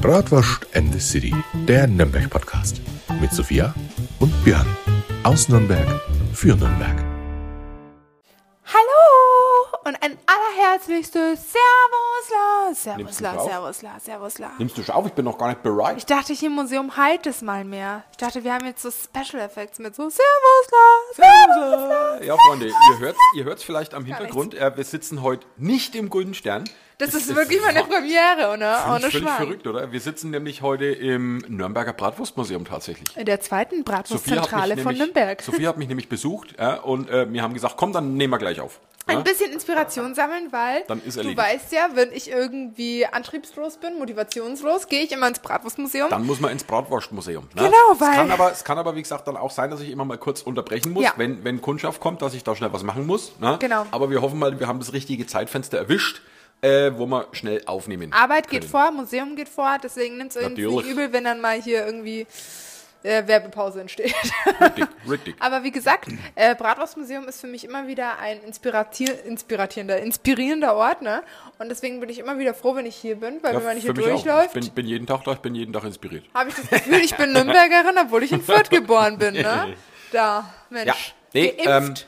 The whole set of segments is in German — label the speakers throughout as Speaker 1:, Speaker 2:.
Speaker 1: Bratwurst and the City, der Nürnberg-Podcast. Mit Sophia und Björn. Aus Nürnberg für Nürnberg.
Speaker 2: Hallo und ein allerherzlichstes Servusla,
Speaker 3: Nimmst du's
Speaker 2: Servusla,
Speaker 3: auf?
Speaker 2: Servusla, Servusla.
Speaker 3: Nimmst du schon auf? Ich bin noch gar nicht bereit.
Speaker 2: Ich dachte, hier im Museum halt es mal mehr. Ich dachte, wir haben jetzt so Special Effects mit so Servusla, Servusla.
Speaker 3: Äh, Ja, Freunde, ihr hört ihr hört's vielleicht am Hintergrund. Äh, wir sitzen heute nicht im Golden Stern.
Speaker 2: Das ist
Speaker 3: Es
Speaker 2: wirklich mal eine Premiere, oder?
Speaker 3: völlig,
Speaker 2: Ohne
Speaker 3: völlig
Speaker 2: Schwein.
Speaker 3: verrückt, oder? Wir sitzen nämlich heute im Nürnberger Bratwurstmuseum tatsächlich.
Speaker 2: In der zweiten
Speaker 3: Sophia hat mich
Speaker 2: Bratwurstzentrale von
Speaker 3: nämlich-
Speaker 2: Nürnberg.
Speaker 3: Sophia hat mich nämlich besucht äh, und äh, wir haben gesagt, komm, dann nehmen wir gleich auf. Ja?
Speaker 2: Ein bisschen Inspiration sammeln, weil
Speaker 3: Dann ist
Speaker 2: du
Speaker 3: erledigt.
Speaker 2: weißt ja, wenn ich irgendwie antriebslos bin, motivationslos, gehe ich immer ins Bratwurstmuseum.
Speaker 3: Dann muss man ins Bratwurstmuseum. Ne?
Speaker 2: Genau, weil-
Speaker 3: Es kann, aber, es kann aber, wie gesagt, dann auch sein, dass ich immer mal kurz unterbrechen muss,
Speaker 2: Ja.
Speaker 3: wenn, wenn Kundschaft kommt, dass ich da schnell was machen muss. Ne?
Speaker 2: Genau.
Speaker 3: Aber wir hoffen mal, wir haben das richtige Zeitfenster erwischt, äh, wo wir schnell aufnehmen.
Speaker 2: Arbeit geht
Speaker 3: können.
Speaker 2: vor, Museum geht vor, deswegen nimmt es irgendwie
Speaker 3: Natürlich.
Speaker 2: übel, wenn dann mal hier irgendwie äh, Werbepause entsteht.
Speaker 3: Richtig, richtig.
Speaker 2: Aber wie gesagt, äh, Bratwurstmuseum ist für mich immer wieder ein inspiratier inspiratierender, inspirierender Ort, ne? Und deswegen bin ich immer wieder froh, wenn ich hier bin, weil
Speaker 3: Ja,
Speaker 2: wenn man hier
Speaker 3: für mich auch.
Speaker 2: durchläuft,
Speaker 3: Ich bin, bin jeden Tag da, ich bin jeden Tag inspiriert.
Speaker 2: habe ich das Gefühl, ich bin Nürnbergerin, obwohl ich in Fürth geboren bin, ne? Da, Mensch.
Speaker 3: Ja, nee, ähm,
Speaker 2: Geimpft.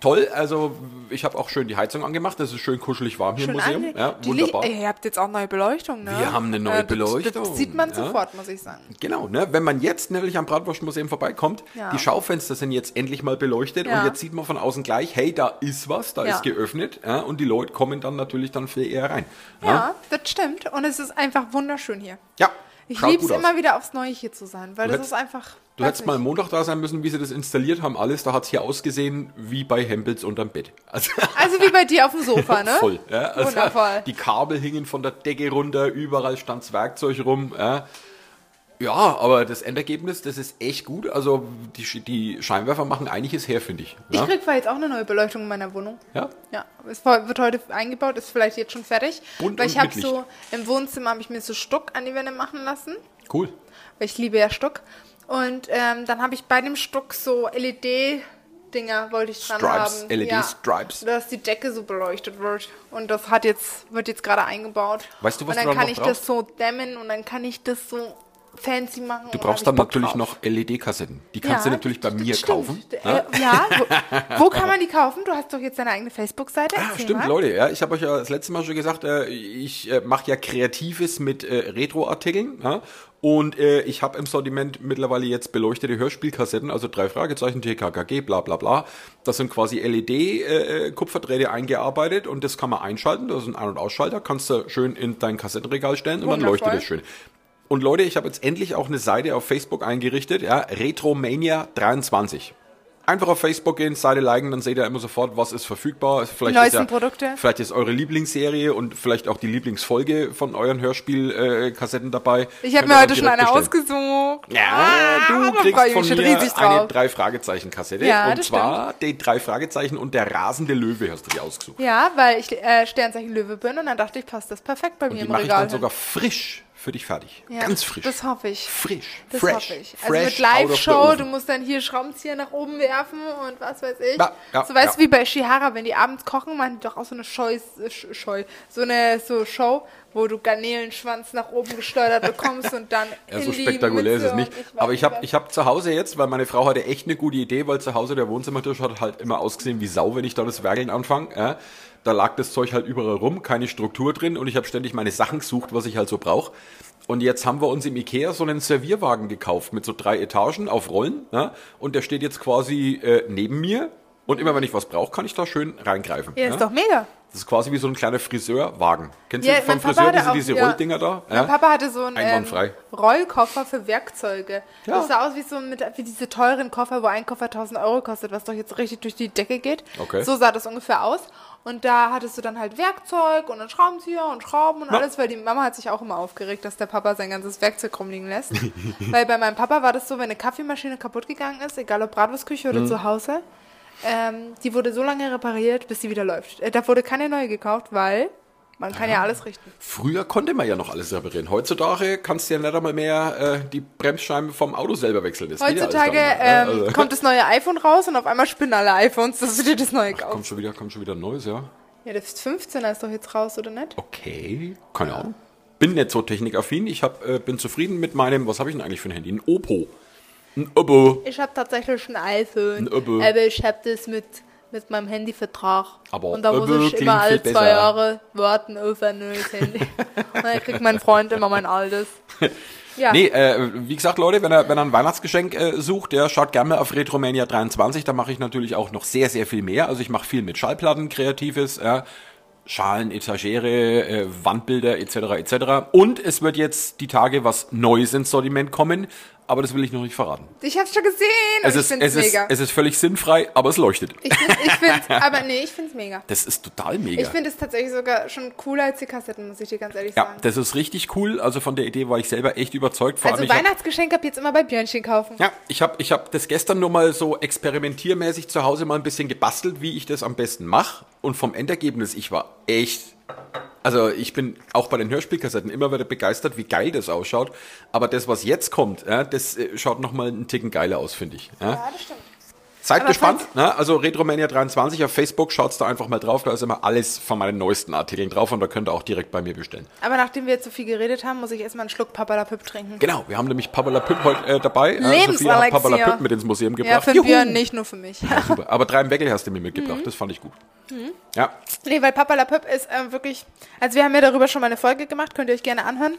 Speaker 3: toll. Also ich habe auch schön die Heizung angemacht. Es ist schön kuschelig warm hier
Speaker 2: Schön
Speaker 3: im Museum.
Speaker 2: ange-
Speaker 3: Ja,
Speaker 2: die Licht- äh,
Speaker 3: wunderbar.
Speaker 2: Ey, ihr habt jetzt auch neue Beleuchtung, ne?
Speaker 3: Wir haben eine neue
Speaker 2: das- Das
Speaker 3: Beleuchtung,
Speaker 2: sieht man
Speaker 3: ja.
Speaker 2: sofort, muss ich sagen.
Speaker 3: Genau, ne? wenn man jetzt nämlich am Bratwurstmuseum vorbeikommt,
Speaker 2: Ja.
Speaker 3: die Schaufenster sind jetzt endlich mal beleuchtet
Speaker 2: Ja.
Speaker 3: und jetzt sieht man von außen gleich, hey, da ist was, da
Speaker 2: Ja.
Speaker 3: ist geöffnet ja? und die Leute kommen dann natürlich dann viel eher rein.
Speaker 2: Ja, das stimmt. Und es ist einfach wunderschön hier.
Speaker 3: ja.
Speaker 2: Ich
Speaker 3: schaut
Speaker 2: liebe es
Speaker 3: gut aus.
Speaker 2: immer wieder aufs Neue hier zu sein, weil
Speaker 3: Du
Speaker 2: das ist
Speaker 3: hättest-
Speaker 2: einfach.
Speaker 3: Du
Speaker 2: weiß
Speaker 3: hättest mal
Speaker 2: nicht.
Speaker 3: Montag da sein müssen, wie sie das installiert haben, alles. Da hat es hier ausgesehen wie bei Hempels unterm Bett. Also,
Speaker 2: Also wie bei dir auf dem Sofa, ne?
Speaker 3: Voll. Ja, also
Speaker 2: Wundervoll.
Speaker 3: Die Kabel hingen von der Decke runter, überall stand's Werkzeug rum. Ja. ja, aber das Endergebnis, das ist echt gut. Also die, Sch- die Scheinwerfer machen einiges her, finde ich.
Speaker 2: Ich
Speaker 3: Ja?
Speaker 2: krieg zwar jetzt auch eine neue Beleuchtung in meiner Wohnung.
Speaker 3: ja?
Speaker 2: Ja, es war- wird heute eingebaut, ist vielleicht jetzt schon fertig.
Speaker 3: Bunt
Speaker 2: weil
Speaker 3: und
Speaker 2: ich habe
Speaker 3: mit Licht.
Speaker 2: so im Wohnzimmer habe ich mir so Stuck an die Wände machen lassen,
Speaker 3: Cool.
Speaker 2: weil ich liebe ja Stuck. Und ähm, dann habe ich bei dem Stuck so LED Dinger wollte ich dran
Speaker 3: Stripes,
Speaker 2: haben.
Speaker 3: LED Stripes.
Speaker 2: Dass die Decke so beleuchtet wird und das hat jetzt wird jetzt gerade eingebaut.
Speaker 3: Weißt du, was
Speaker 2: und dann
Speaker 3: du dann
Speaker 2: kann
Speaker 3: noch
Speaker 2: ich das so dämmen und dann kann ich das so fancy machen.
Speaker 3: Du brauchst dann natürlich noch LED-Kassetten. Die kannst du natürlich bei
Speaker 2: das
Speaker 3: mir
Speaker 2: stimmt.
Speaker 3: kaufen. ne?
Speaker 2: D-
Speaker 3: Ja?
Speaker 2: Äh, ja, wo, wo kann man die kaufen? Du hast doch jetzt deine eigene Facebook-Seite.
Speaker 3: Ah,
Speaker 2: Erzähl
Speaker 3: stimmt,
Speaker 2: mal.
Speaker 3: Leute. Ja, ich habe euch ja das letzte Mal schon gesagt, äh, ich äh, mache ja Kreatives mit äh, Retro-Artikeln. Ja? Und äh, ich habe im Sortiment mittlerweile jetzt beleuchtete Hörspielkassetten, also drei Fragezeichen, TKKG, bla bla bla. Das sind quasi E LED-Kupferdrähte äh, eingearbeitet und das kann man einschalten. Das ist ein Ein- und Ausschalter. Kannst du schön in dein Kassettenregal stellen und dann
Speaker 2: Wundervoll.
Speaker 3: leuchtet es schön. Und Leute, ich habe jetzt endlich auch eine Seite auf Facebook eingerichtet, ja, Retromania 23. Einfach auf Facebook gehen, Seite liken, dann seht ihr immer sofort, was ist verfügbar. Vielleicht
Speaker 2: Die
Speaker 3: ist ja,
Speaker 2: neuesten Produkte.
Speaker 3: Vielleicht ist eure Lieblingsserie und vielleicht auch die Lieblingsfolge von euren Hörspielkassetten dabei.
Speaker 2: Ich habe
Speaker 3: Könnt
Speaker 2: mir
Speaker 3: ihr
Speaker 2: heute
Speaker 3: euch
Speaker 2: schon
Speaker 3: direkt
Speaker 2: eine Ah,
Speaker 3: bestellen.
Speaker 2: ausgesucht.
Speaker 3: Ja,
Speaker 2: da
Speaker 3: du
Speaker 2: freu
Speaker 3: kriegst
Speaker 2: ich mich
Speaker 3: von
Speaker 2: schon
Speaker 3: mir
Speaker 2: riesig
Speaker 3: eine
Speaker 2: drauf.
Speaker 3: Drei-Fragezeichen-Kassette.
Speaker 2: Ja,
Speaker 3: und
Speaker 2: das
Speaker 3: zwar die Drei-Fragezeichen und der rasende Löwe hast du dir ausgesucht.
Speaker 2: Ja, weil ich äh, Sternzeichen Löwe bin und dann dachte ich, passt das perfekt bei mir
Speaker 3: Die
Speaker 2: im
Speaker 3: mache ich
Speaker 2: Regal.
Speaker 3: dann
Speaker 2: hin.
Speaker 3: sogar frisch für dich fertig.
Speaker 2: Ja,
Speaker 3: Ganz frisch.
Speaker 2: Das hoffe ich.
Speaker 3: Frisch.
Speaker 2: Das
Speaker 3: fresh.
Speaker 2: hoffe ich. Also
Speaker 3: fresh
Speaker 2: mit
Speaker 3: out of the
Speaker 2: Live-Show,
Speaker 3: oven.
Speaker 2: du musst dann hier Schraubenzieher nach oben werfen und was weiß ich.
Speaker 3: Ja, ja,
Speaker 2: so weißt
Speaker 3: ja.
Speaker 2: du, wie bei Shihara, wenn die abends kochen, machen die doch auch so eine Scheu, äh, Sch- Scheu so eine so Show, wo du Garnelenschwanz nach oben gesteuert bekommst und dann
Speaker 3: Ja,
Speaker 2: in
Speaker 3: so
Speaker 2: die
Speaker 3: spektakulär ist
Speaker 2: Mütze
Speaker 3: es nicht.
Speaker 2: und weiß
Speaker 3: Aber ich
Speaker 2: nicht
Speaker 3: habe
Speaker 2: was.
Speaker 3: ich hab zu Hause jetzt, weil meine Frau hatte echt eine gute Idee, weil zu Hause der Wohnzimmertisch hat halt immer ausgesehen wie Sau, wenn ich da das Werkeln anfange. Äh. Da lag das Zeug halt überall rum, keine Struktur drin und ich habe ständig meine Sachen gesucht, was ich halt so brauche. Und jetzt haben wir uns im Ikea so einen Servierwagen gekauft mit so drei Etagen auf Rollen. Ja? Und der steht jetzt quasi äh, neben mir. Und immer wenn ich was brauche, kann ich da schön reingreifen.
Speaker 2: Ja,
Speaker 3: ja?
Speaker 2: ist doch mega.
Speaker 3: Das ist quasi wie so ein kleiner Friseurwagen. Kennst
Speaker 2: Ja,
Speaker 3: du vom
Speaker 2: mein Papa
Speaker 3: Friseur
Speaker 2: hatte
Speaker 3: diese,
Speaker 2: auch-
Speaker 3: diese
Speaker 2: ja.
Speaker 3: Rolldinger da?
Speaker 2: Mein Papa hatte so einen ähm,
Speaker 3: Einwandfrei.
Speaker 2: Rollkoffer für Werkzeuge.
Speaker 3: Ja.
Speaker 2: Das sah aus wie so mit, wie diese teuren Koffer, wo ein Koffer 1000 Euro kostet, was doch jetzt richtig durch die Decke geht.
Speaker 3: Okay.
Speaker 2: So sah das ungefähr aus. Und da hattest du dann halt Werkzeug und dann Schraubenzieher und Schrauben und alles, weil die Mama hat sich auch immer aufgeregt, dass der Papa sein ganzes Werkzeug rumliegen lässt. weil bei meinem Papa war das so, wenn eine Kaffeemaschine kaputt gegangen ist, egal ob Bratwurstküche
Speaker 3: Mhm.
Speaker 2: oder zu Hause, ähm, die wurde so lange repariert, bis sie wieder läuft. Äh, da wurde keine neue gekauft, weil man kann
Speaker 3: Ah.
Speaker 2: ja alles richten.
Speaker 3: Früher konnte man ja noch alles reparieren. Heutzutage kannst du ja nicht einmal mehr äh, die Bremsscheiben vom Auto selber wechseln. Das geht ja alles
Speaker 2: Heutzutage
Speaker 3: gar nicht mehr,
Speaker 2: ähm,
Speaker 3: ne? also,
Speaker 2: kommt das neue iPhone raus und auf einmal spinnen alle iPhones, dass du dir das neue kaufst.
Speaker 3: kommt schon wieder, kommt schon wieder ein neues, ja.
Speaker 2: Ja, das 15er ist doch jetzt raus, oder nicht?
Speaker 3: Okay, keine Ahnung. bin nicht so technikaffin. Ich hab, äh, bin zufrieden mit meinem, was habe ich denn eigentlich für ein Handy? Ein Oppo. Ein Oppo.
Speaker 2: Ich habe tatsächlich ein iPhone,
Speaker 3: Ein Öbel.
Speaker 2: aber ich habe das mit, mit meinem Handyvertrag.
Speaker 3: Aber
Speaker 2: und da muss
Speaker 3: Öbel
Speaker 2: ich
Speaker 3: klingt
Speaker 2: immer alle
Speaker 3: viel
Speaker 2: zwei
Speaker 3: besser.
Speaker 2: Jahre warten auf ein neues Handy. und dann kriegt mein Freund immer mein altes. Ja,
Speaker 3: Nee, äh, wie gesagt, Leute, wenn er, wenn er ein Weihnachtsgeschenk äh, sucht, der schaut gerne mal auf Retromania 23. Da mache ich natürlich auch noch sehr, sehr viel mehr. Also ich mache viel mit Schallplatten, Kreatives, äh, Schalen, Etagere, äh, Wandbilder etc. etc. Und es wird jetzt die Tage was Neues ins Sortiment kommen, aber das will ich noch nicht verraten.
Speaker 2: ich habe schon gesehen und
Speaker 3: Es
Speaker 2: ich
Speaker 3: ist,
Speaker 2: finde
Speaker 3: es,
Speaker 2: es
Speaker 3: ist,
Speaker 2: mega.
Speaker 3: es ist völlig sinnfrei, aber es leuchtet.
Speaker 2: ich find's- ich find's, aber nee, ich finde es mega.
Speaker 3: Das ist total mega.
Speaker 2: Ich finde es tatsächlich sogar schon cooler als die Kassetten, muss ich dir ganz ehrlich
Speaker 3: ja,
Speaker 2: sagen.
Speaker 3: das ist richtig cool. Also von der Idee war ich selber echt überzeugt. Vor
Speaker 2: Also
Speaker 3: ich hab-
Speaker 2: Weihnachtsgeschenk ab jetzt immer bei Björnchen kaufen.
Speaker 3: Ja, ich hab, ich hab das gestern nur mal so experimentiermäßig zu Hause mal ein bisschen gebastelt, wie ich das am besten mache. Und vom Endergebnis, ich war echt. Also ich bin auch bei den Hörspielkassetten immer wieder begeistert, wie geil das ausschaut. Aber das, was jetzt kommt, ja, das äh, schaut nochmal einen Ticken geiler aus, finde ich. Ja.
Speaker 2: Ja, das stimmt.
Speaker 3: Seid
Speaker 2: Aber
Speaker 3: gespannt. Ne? Also Retromania23 auf Facebook, schaut's da einfach mal drauf. Da ist immer alles von meinen neuesten Artikeln drauf und da könnt ihr auch direkt bei mir bestellen.
Speaker 2: Aber nachdem wir jetzt so viel geredet haben, muss ich erstmal einen Schluck Papalapüpp trinken.
Speaker 3: Genau, wir haben nämlich Pamela Püpp heute äh, dabei. Äh, Sophia hat
Speaker 2: Lebenselixier.
Speaker 3: Pamela Püpp mit ins Museum gebracht.
Speaker 2: Ja, für
Speaker 3: Juhu!
Speaker 2: Björn nicht, nur für mich.
Speaker 3: Super. Aber drei im Weckel hast du mir mitgebracht. Das fand ich gut. Ja,
Speaker 2: Nee, weil Papalapöp ist ähm, wirklich, also wir haben ja darüber schon mal eine Folge gemacht, könnt ihr euch gerne anhören.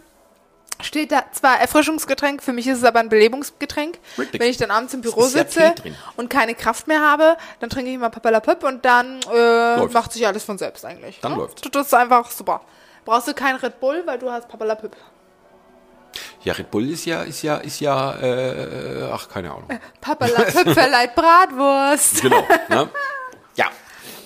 Speaker 2: Steht da zwar Erfrischungsgetränk, für mich ist es aber ein Belebungsgetränk.
Speaker 3: Richtig.
Speaker 2: Wenn ich dann abends im Büro
Speaker 3: ist ja
Speaker 2: sitze
Speaker 3: Tee drin.
Speaker 2: und keine Kraft mehr habe, dann trinke ich mal Papalapöp und dann äh, macht sich alles von selbst eigentlich.
Speaker 3: Dann
Speaker 2: ne?
Speaker 3: läuft's.
Speaker 2: Das ist einfach super. Brauchst du keinen Red Bull, weil du hast Papalapöp.
Speaker 3: ja Red Bull ist ja, ist ja, ist ja, äh, ach, keine Ahnung.
Speaker 2: Papalapöp verleiht Bratwurst.
Speaker 3: Genau. ne? Ja.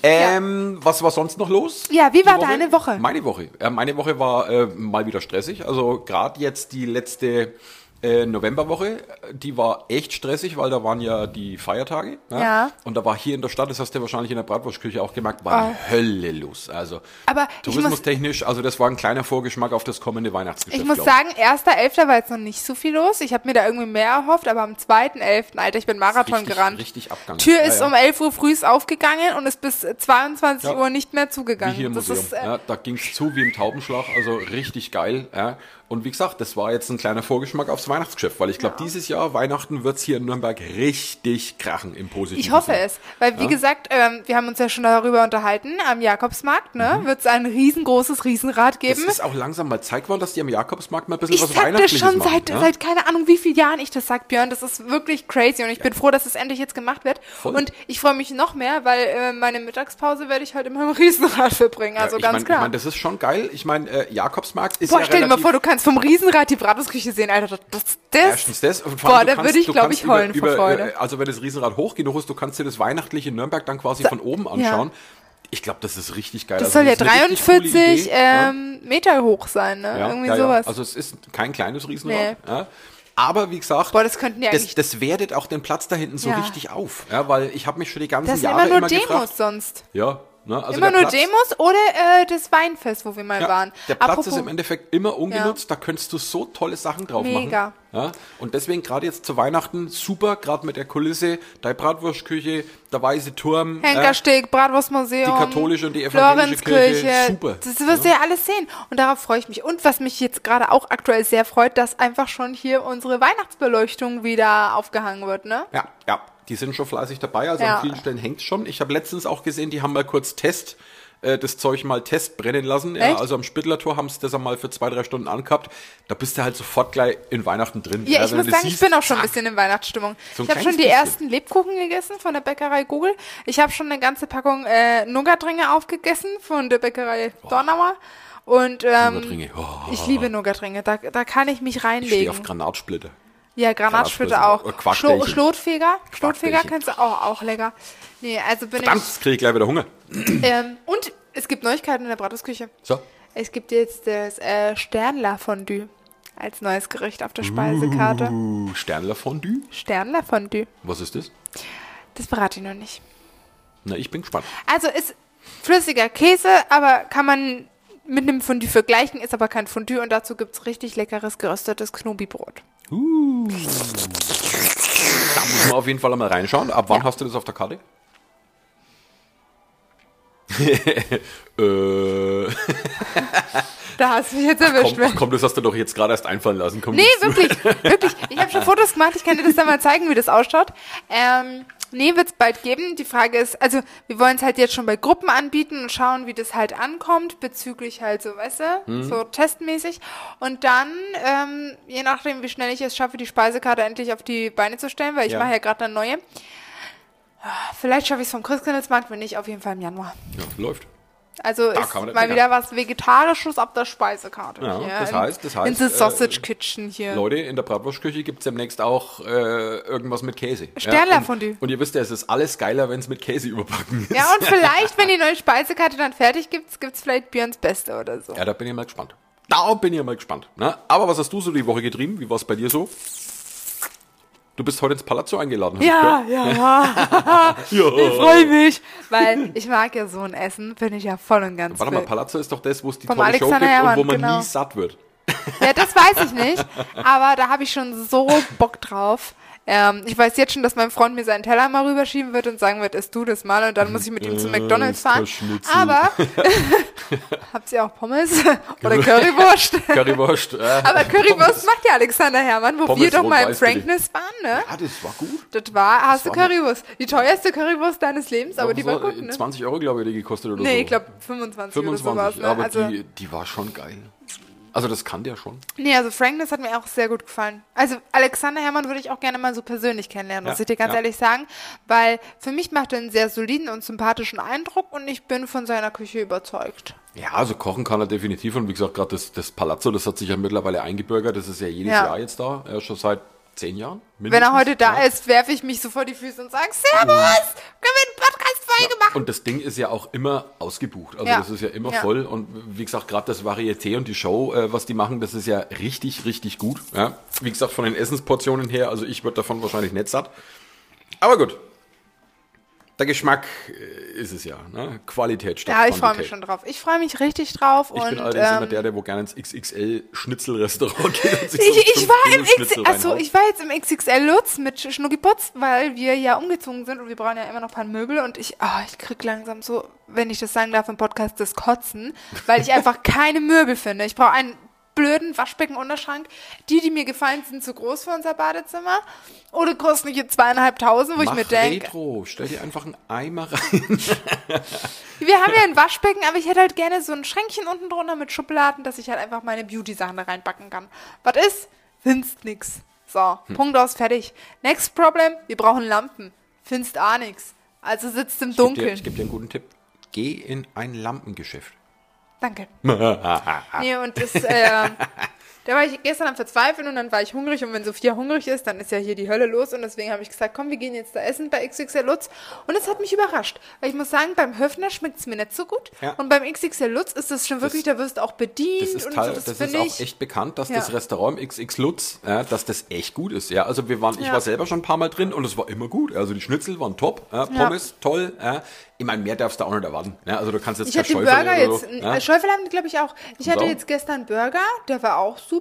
Speaker 3: Ähm, Was war sonst noch los?
Speaker 2: Ja, wie
Speaker 3: Die
Speaker 2: war deine Woche?
Speaker 3: Meine Woche. Ja, meine Woche war äh, mal wieder stressig. Also gerade jetzt die letzte äh, Novemberwoche, die war echt stressig, weil da waren ja die Feiertage. ne?
Speaker 2: Ja.
Speaker 3: Und da war hier in der Stadt, das hast du ja wahrscheinlich in der Bratwurstküche auch gemerkt, war Hölle los. Also
Speaker 2: Oh. Aber ich muss-
Speaker 3: tourismustechnisch, also das war ein kleiner Vorgeschmack auf das kommende Weihnachtsgeschäft.
Speaker 2: Ich muss
Speaker 3: glaub
Speaker 2: sagen, 1.11. war jetzt noch nicht so viel los. Ich habe mir da irgendwie mehr erhofft, aber am 2.11., Alter, ich bin Marathon
Speaker 3: richtig,
Speaker 2: gerannt.
Speaker 3: Richtig Abgang.
Speaker 2: Tür
Speaker 3: Ja,
Speaker 2: ist
Speaker 3: ja.
Speaker 2: um 11 Uhr früh aufgegangen und ist bis 22
Speaker 3: Ja.
Speaker 2: Uhr nicht mehr
Speaker 3: Wie
Speaker 2: zugegangen.
Speaker 3: hier im
Speaker 2: das
Speaker 3: Museum.
Speaker 2: ist äh,
Speaker 3: ja, da ging's zu wie im Taubenschlag, also richtig geil. Ja. Und wie gesagt, das war jetzt ein kleiner Vorgeschmack aufs Weihnachtsgeschäft, weil ich glaube, dieses Jahr Weihnachten wird's hier in Nürnberg richtig krachen im positiven
Speaker 2: Ich hoffe
Speaker 3: Sinne.
Speaker 2: es, weil wie gesagt, ähm, wir haben uns ja schon darüber unterhalten, am Jakobsmarkt ne, wird es ein riesengroßes Riesenrad
Speaker 3: Mhm. Es
Speaker 2: geben.
Speaker 3: ist auch langsam mal Zeit geworden, dass die am Jakobsmarkt mal ein bisschen
Speaker 2: Ich
Speaker 3: was
Speaker 2: sag das
Speaker 3: Weihnachtliches
Speaker 2: schon
Speaker 3: machen, ne?
Speaker 2: seit,
Speaker 3: ja?
Speaker 2: seit keine Ahnung wie vielen Jahren ich das sag, Björn. Das ist wirklich crazy und ich bin froh, dass es endlich jetzt gemacht wird.
Speaker 3: Voll.
Speaker 2: Und ich freue mich noch mehr, weil äh, meine Mittagspause werde ich halt immer im Riesenrad verbringen. Also
Speaker 3: ich
Speaker 2: ganz
Speaker 3: mein,
Speaker 2: klar.
Speaker 3: Ich meine, das ist schon geil. Ich meine, äh, Jakobsmarkt ist
Speaker 2: Boah,
Speaker 3: ja
Speaker 2: stell dir mal
Speaker 3: relativ-
Speaker 2: vor, du kannst vom Riesenrad die Bratwurstküche sehen, Alter. Das, das,
Speaker 3: Erstens das. Und vor
Speaker 2: Boah,
Speaker 3: allem, du
Speaker 2: da
Speaker 3: kannst-
Speaker 2: würde ich,
Speaker 3: du
Speaker 2: glaube
Speaker 3: kannst
Speaker 2: ich, heulen vor
Speaker 3: über, über,
Speaker 2: Freude.
Speaker 3: äh, Also wenn das Riesenrad hoch genug ist, du kannst dir das weihnachtliche Nürnberg dann quasi von oben anschauen. Ich glaube, das ist richtig geil.
Speaker 2: Das
Speaker 3: Also,
Speaker 2: soll ja
Speaker 3: ist eine richtig coole
Speaker 2: 43
Speaker 3: Idee. Ja.
Speaker 2: ähm, Meter hoch sein, ne?
Speaker 3: Ja,
Speaker 2: Irgendwie
Speaker 3: ja,
Speaker 2: sowas.
Speaker 3: Ja. Also es ist kein kleines Riesenrad.
Speaker 2: Nee.
Speaker 3: Ja. Aber wie gesagt,
Speaker 2: Boah, das könnten die
Speaker 3: das,
Speaker 2: eigentlich-
Speaker 3: das wertet auch den Platz da hinten so
Speaker 2: Ja.
Speaker 3: richtig auf. Ja, weil ich habe mich schon die ganzen
Speaker 2: das sind
Speaker 3: Jahre
Speaker 2: immer nur Demos
Speaker 3: gefragt.
Speaker 2: sonst.
Speaker 3: Ja, ne? also
Speaker 2: immer
Speaker 3: der
Speaker 2: nur
Speaker 3: Platz,
Speaker 2: Demos oder äh, das Weinfest, wo wir mal
Speaker 3: Ja,
Speaker 2: waren.
Speaker 3: der Platz ist im Endeffekt immer ungenutzt, da könntest du so tolle Sachen drauf
Speaker 2: Mega.
Speaker 3: machen. Ja, und deswegen gerade jetzt zu Weihnachten super, gerade mit der Kulisse, deine Bratwurstküche, der weiße Turm. äh,
Speaker 2: Henkersteg, Bratwurstmuseum.
Speaker 3: die katholische und die evangelische Kirche, super.
Speaker 2: Das wirst du ja alles sehen. Und darauf freue ich mich. Und was mich jetzt gerade auch aktuell sehr freut, dass einfach schon hier unsere Weihnachtsbeleuchtung wieder aufgehangen wird, ne?
Speaker 3: Ja, ja, die sind schon fleißig dabei, also
Speaker 2: Ja.
Speaker 3: an vielen Stellen hängt's schon. Ich habe letztens auch gesehen, die haben mal kurz Test, äh, das Zeug mal Test brennen lassen. Ja,
Speaker 2: Echt?
Speaker 3: also am Spittlertor haben sie das einmal für zwei, drei Stunden angehabt. Da bist du halt sofort gleich in Weihnachten drin.
Speaker 2: Ja, ich
Speaker 3: wenn du
Speaker 2: muss
Speaker 3: das
Speaker 2: sagen, ich
Speaker 3: siehst,
Speaker 2: bin auch schon ein
Speaker 3: zack.
Speaker 2: bisschen in Weihnachtsstimmung.
Speaker 3: So ein
Speaker 2: ich habe schon
Speaker 3: kleines
Speaker 2: die
Speaker 3: bisschen.
Speaker 2: ersten Lebkuchen gegessen von der Bäckerei Google. Ich habe schon eine ganze Packung äh, Nougatringe aufgegessen von der Bäckerei Dornauer. Und ähm,
Speaker 3: Nougatringe, oh,
Speaker 2: ich liebe Nougatringe. Da, da kann ich mich
Speaker 3: ich stehe
Speaker 2: reinlegen.
Speaker 3: auf äh, Granatsplitter.
Speaker 2: ja, Granatsplitter
Speaker 3: Granatsplitter
Speaker 2: auch.
Speaker 3: oder
Speaker 2: Schlo
Speaker 3: Quarkbällchen.
Speaker 2: Schlotfeger. Schlotfeger
Speaker 3: Quarkbällchen.
Speaker 2: kannst du auch, auch lecker. Nee, also bin
Speaker 3: Verdammt, jetzt kriege ich gleich wieder Hunger.
Speaker 2: ich. Ähm, und es gibt Neuigkeiten in der Bratwurstküche.
Speaker 3: So.
Speaker 2: Es gibt jetzt das äh, Sternler-Fondue als neues Gericht auf der Speisekarte.
Speaker 3: Uh, Sternler Fondue?
Speaker 2: Sternler-Fondue.
Speaker 3: Was ist das?
Speaker 2: Das verrate ich noch nicht.
Speaker 3: Na, ich bin gespannt.
Speaker 2: Also ist flüssiger Käse, aber kann man mit einem Fondue vergleichen, ist aber kein Fondue und dazu gibt's richtig leckeres geröstetes Knobi-Brot.
Speaker 3: Da muss man auf jeden Fall einmal reinschauen. Ab wann hast du das auf der Karte? Äh,
Speaker 2: Da hast du mich jetzt erwischt.
Speaker 3: komm,
Speaker 2: Mensch.
Speaker 3: komm, das hast du doch jetzt gerade erst einfallen lassen. Komm,
Speaker 2: Nee,
Speaker 3: jetzt zu.
Speaker 2: wirklich, wirklich. Ich habe schon Fotos gemacht, ich kann dir das dann mal zeigen, wie das ausschaut. Ähm, nee, wird es bald geben. Die Frage ist, also wir wollen es halt jetzt schon bei Gruppen anbieten und schauen, wie das halt ankommt, bezüglich halt so, weißt du,
Speaker 3: Mhm.
Speaker 2: so testmäßig. Und dann, ähm, je nachdem, wie schnell ich es schaffe, die Speisekarte endlich auf die Beine zu stellen, weil ich
Speaker 3: Ja.
Speaker 2: mache ja gerade eine neue. Vielleicht schaffe ich es vom Christkindlesmarkt, wenn nicht, auf jeden Fall im Januar.
Speaker 3: Ja, läuft.
Speaker 2: Also
Speaker 3: Da
Speaker 2: ist
Speaker 3: kann man das
Speaker 2: mal
Speaker 3: meckern.
Speaker 2: wieder was Vegetarisches auf der Speisekarte.
Speaker 3: Ja,
Speaker 2: hier
Speaker 3: das
Speaker 2: in-
Speaker 3: heißt- das
Speaker 2: In
Speaker 3: heißt,
Speaker 2: the
Speaker 3: äh,
Speaker 2: Sausage Kitchen hier.
Speaker 3: Leute, in der Bratwurstküche gibt es demnächst auch äh, irgendwas mit Käse.
Speaker 2: Sternlerfondue.
Speaker 3: Ja, und, und ihr wisst ja, es ist alles geiler, wenn es mit Käse überbacken ist.
Speaker 2: Ja, und vielleicht, wenn die neue Speisekarte dann fertig gibt, gibt's vielleicht Björns Beste oder so.
Speaker 3: Ja, da bin ich mal gespannt. Da bin ich mal gespannt. Ne? Aber was hast du so die Woche getrieben? Wie war es bei dir so? Du bist heute ins Palazzo eingeladen. hab ich
Speaker 2: Ja,
Speaker 3: gehört.
Speaker 2: ja, ja. Ich freue mich. Weil ich mag ja so ein Essen, bin ich ja voll und ganz.
Speaker 3: Warte mal,
Speaker 2: wild.
Speaker 3: Palazzo ist doch das, wo es die
Speaker 2: Vom
Speaker 3: tolle Show
Speaker 2: Alexander
Speaker 3: gibt und wo
Speaker 2: Herrmann,
Speaker 3: man
Speaker 2: genau.
Speaker 3: nie satt wird.
Speaker 2: Ja, das weiß ich nicht. Aber da habe ich schon so Bock drauf. Ähm, ich weiß jetzt schon, dass mein Freund mir seinen Teller mal rüberschieben wird und sagen wird, isst du das mal und dann muss ich mit
Speaker 3: Äh,
Speaker 2: ihm zu McDonalds
Speaker 3: ist kein
Speaker 2: fahren.
Speaker 3: Schnitzel.
Speaker 2: Aber habt ihr auch Pommes oder Currywurst?
Speaker 3: Currywurst. Äh.
Speaker 2: Aber Currywurst macht ja Alexander Herrmann, wo
Speaker 3: Pommes
Speaker 2: wir doch mal im
Speaker 3: rot-weiß, bitte.
Speaker 2: Frankness waren, ne?
Speaker 3: ja, das war gut.
Speaker 2: Das war, hast du
Speaker 3: war mal-
Speaker 2: Currywurst. Die teuerste Currywurst deines Lebens, aber die war
Speaker 3: Das
Speaker 2: gut, ne?
Speaker 3: 20 Euro, glaube ich, die gekostet oder so.
Speaker 2: Nee, ich glaube 25, oder
Speaker 3: 25,
Speaker 2: sowas. Ne?
Speaker 3: aber
Speaker 2: also,
Speaker 3: die, die war schon geil. Also das kann der schon.
Speaker 2: nee, also Frankness hat mir auch sehr gut gefallen. Also Alexander Herrmann würde ich auch gerne mal so persönlich kennenlernen, muss
Speaker 3: Ja,
Speaker 2: ich dir ganz
Speaker 3: ja.
Speaker 2: ehrlich sagen, weil für mich macht er einen sehr soliden und sympathischen Eindruck und ich bin von seiner Küche überzeugt.
Speaker 3: Ja, also kochen kann er definitiv. Und wie gesagt, gerade das, das Palazzo, das hat sich ja mittlerweile eingebürgert. Das ist ja jedes
Speaker 2: Ja.
Speaker 3: Jahr jetzt da. Ja, schon seit zehn Jahren.
Speaker 2: Wenn er
Speaker 3: mindestens.
Speaker 2: heute da
Speaker 3: ja.
Speaker 2: ist, werfe ich mich so vor die Füße und sage, Servus, können wir einen Podcast Folge machen?
Speaker 3: Und das Ding ist ja auch immer ausgebucht. Also
Speaker 2: Ja.
Speaker 3: das ist ja immer
Speaker 2: Ja.
Speaker 3: voll. Und wie gesagt, gerade das Varieté und die Show, äh, was die machen, das ist ja richtig, richtig gut. Ja. Wie gesagt, von den Essensportionen her, also ich würde davon wahrscheinlich nicht satt. Aber gut. Der Geschmack äh, ist es ja. Ne? Qualität statt
Speaker 2: Ja, ich freue
Speaker 3: Quantität.
Speaker 2: mich schon drauf. Ich freue mich richtig drauf
Speaker 3: Ich
Speaker 2: und
Speaker 3: bin allerdings immer
Speaker 2: ähm,
Speaker 3: der, der wo gerne ins XXL-Schnitzelrestaurant geht. Und sich so
Speaker 2: Ich, ich
Speaker 3: fünf
Speaker 2: war
Speaker 3: Kilo
Speaker 2: im
Speaker 3: Schnitzel
Speaker 2: XXL, achso,
Speaker 3: reinhaut.
Speaker 2: ich war jetzt im XXL Lutz mit Sch- Schnuckiputz, weil wir ja umgezogen sind und wir brauchen ja immer noch ein paar Möbel und ich, ah, ich krieg langsam so, wenn ich das sagen darf im Podcast, das Kotzen, weil ich einfach keine Möbel finde. Ich brauche einen blöden Waschbeckenunterschrank. Die, die mir gefallen, sind zu groß für unser Badezimmer oder kosten hier zweieinhalbtausend, wo
Speaker 3: Mach
Speaker 2: ich mir denke,
Speaker 3: Retro, stell dir einfach einen Eimer rein.
Speaker 2: wir haben ja ein Waschbecken, aber ich hätte halt gerne so ein Schränkchen unten drunter mit Schubladen, dass ich halt einfach meine Beauty-Sachen da reinpacken kann. Was ist? Findest nix. So,
Speaker 3: Hm.
Speaker 2: Punkt aus, fertig. Next Problem, wir brauchen Lampen. Findest auch nix. Also sitzt im
Speaker 3: Ich geb dir-
Speaker 2: Dunkeln.
Speaker 3: Ich gebe dir einen guten Tipp. Geh in ein Lampengeschäft.
Speaker 2: Danke.
Speaker 3: Ah.
Speaker 2: nee, und das, äh, da war ich gestern am Verzweifeln und dann war ich hungrig und wenn Sophia hungrig ist, dann ist ja hier die Hölle los und deswegen habe ich gesagt, komm, wir gehen jetzt da essen bei XXL Lutz und es hat mich überrascht, weil ich muss sagen, beim Höfner schmeckt es mir nicht so gut
Speaker 3: Ja.
Speaker 2: und beim XXL Lutz ist das schon wirklich, da wirst du auch bedient
Speaker 3: Das ist,
Speaker 2: und
Speaker 3: teil,
Speaker 2: so,
Speaker 3: das
Speaker 2: das,
Speaker 3: ist
Speaker 2: finde ich.
Speaker 3: auch echt bekannt, dass
Speaker 2: Ja.
Speaker 3: das Restaurant XX Lutz, ja, dass das echt gut ist. Ja, also wir waren, ich
Speaker 2: Ja.
Speaker 3: war selber schon ein paar Mal drin und es war immer gut. Also die Schnitzel waren top, ja, Pommes toll. Ja. Ich meine, mehr darfst du auch nicht erwarten. Ja, also du kannst jetzt
Speaker 2: ich
Speaker 3: kein
Speaker 2: hatte den
Speaker 3: Schäufele
Speaker 2: Burger
Speaker 3: oder
Speaker 2: jetzt,
Speaker 3: so,
Speaker 2: äh, Schäufel haben glaube ich auch. Ich hatte
Speaker 3: auch?
Speaker 2: jetzt gestern Burger, der war auch super.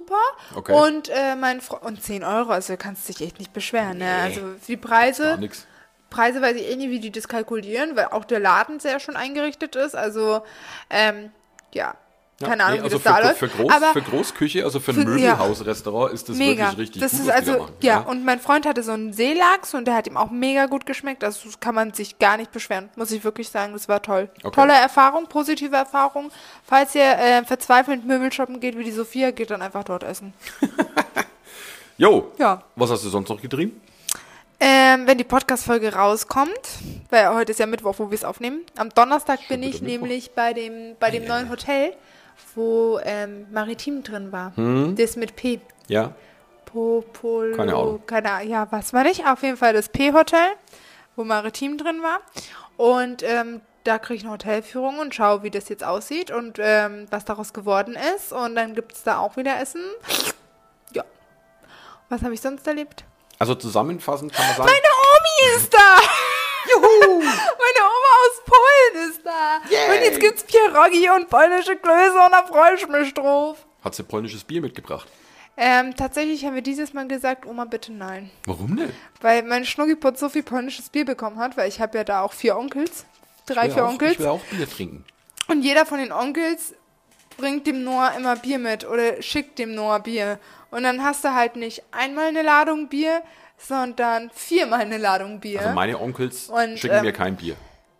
Speaker 3: Okay.
Speaker 2: Und äh, mein Fre und 10 Euro, also du kannst dich echt nicht beschweren. Ne? Also die Preise.
Speaker 3: Gar nix.
Speaker 2: Preise weiß ich eh nie, wie die das kalkulieren, weil auch der Laden sehr schon eingerichtet ist. Also, ähm, ja,
Speaker 3: Ja,
Speaker 2: keine Ahnung,
Speaker 3: nee, also
Speaker 2: wie das da
Speaker 3: für,
Speaker 2: läuft.
Speaker 3: für, Groß,
Speaker 2: aber
Speaker 3: für Großküche, also für ein
Speaker 2: für- ja.
Speaker 3: Möbelhausrestaurant ist das
Speaker 2: mega.
Speaker 3: wirklich richtig
Speaker 2: das
Speaker 3: gut.
Speaker 2: ist
Speaker 3: was die da
Speaker 2: also,
Speaker 3: machen,
Speaker 2: ja, und mein Freund hatte so einen Seelachs und der hat ihm auch mega gut geschmeckt. Also, das kann man sich gar nicht beschweren, muss ich wirklich sagen. Das war toll.
Speaker 3: Okay.
Speaker 2: Tolle Erfahrung, positive Erfahrung. Falls ihr äh, verzweifelt Möbel shoppen geht, wie die Sophia, geht dann einfach dort essen.
Speaker 3: Jo,
Speaker 2: Ja.
Speaker 3: was hast du sonst noch getrieben?
Speaker 2: Ähm, wenn die Podcast-Folge rauskommt, weil heute ist ja Mittwoch, wo wir es aufnehmen. Am Donnerstag bin
Speaker 3: wieder
Speaker 2: ich
Speaker 3: Mittwoch.
Speaker 2: nämlich bei dem, bei dem neuen Hotel, wo ähm, Maritim drin war.
Speaker 3: Hm?
Speaker 2: Das mit P.
Speaker 3: Ja.
Speaker 2: Popolo.
Speaker 3: Keine Ahnung.
Speaker 2: Keine Ahnung. Ja, was war nicht? Auf jeden Fall das P-Hotel, wo Maritim drin war. Und ähm, da kriege ich eine Hotelführung und schaue, wie das jetzt aussieht und ähm, was daraus geworden ist. Und dann gibt es da auch wieder Essen. Ja. Was habe ich sonst erlebt?
Speaker 3: Also zusammenfassend kann man sagen,
Speaker 2: Meine Omi ist da! Juhu! Meine Oma aus Polen ist da!
Speaker 3: Yay!
Speaker 2: Und jetzt gibt's Pierogi und polnische Klöße und da freue ich mich drauf.
Speaker 3: hat sie polnisches Bier mitgebracht.
Speaker 2: Ähm, tatsächlich haben wir dieses Mal gesagt, Oma, bitte nein.
Speaker 3: Warum denn?
Speaker 2: Weil mein Schnuggiputz so viel polnisches Bier bekommen hat, weil ich habe ja da auch vier Onkels. drei,
Speaker 3: will
Speaker 2: vier
Speaker 3: auch,
Speaker 2: Onkels.
Speaker 3: Ich will auch Bier trinken.
Speaker 2: Und jeder von den Onkels bringt dem Noah immer Bier mit oder schickt dem Noah Bier. Und dann hast du halt nicht einmal eine Ladung Bier, sondern viermal eine Ladung Bier.
Speaker 3: Also meine Onkels
Speaker 2: Und,
Speaker 3: schicken
Speaker 2: ähm,
Speaker 3: mir kein Bier.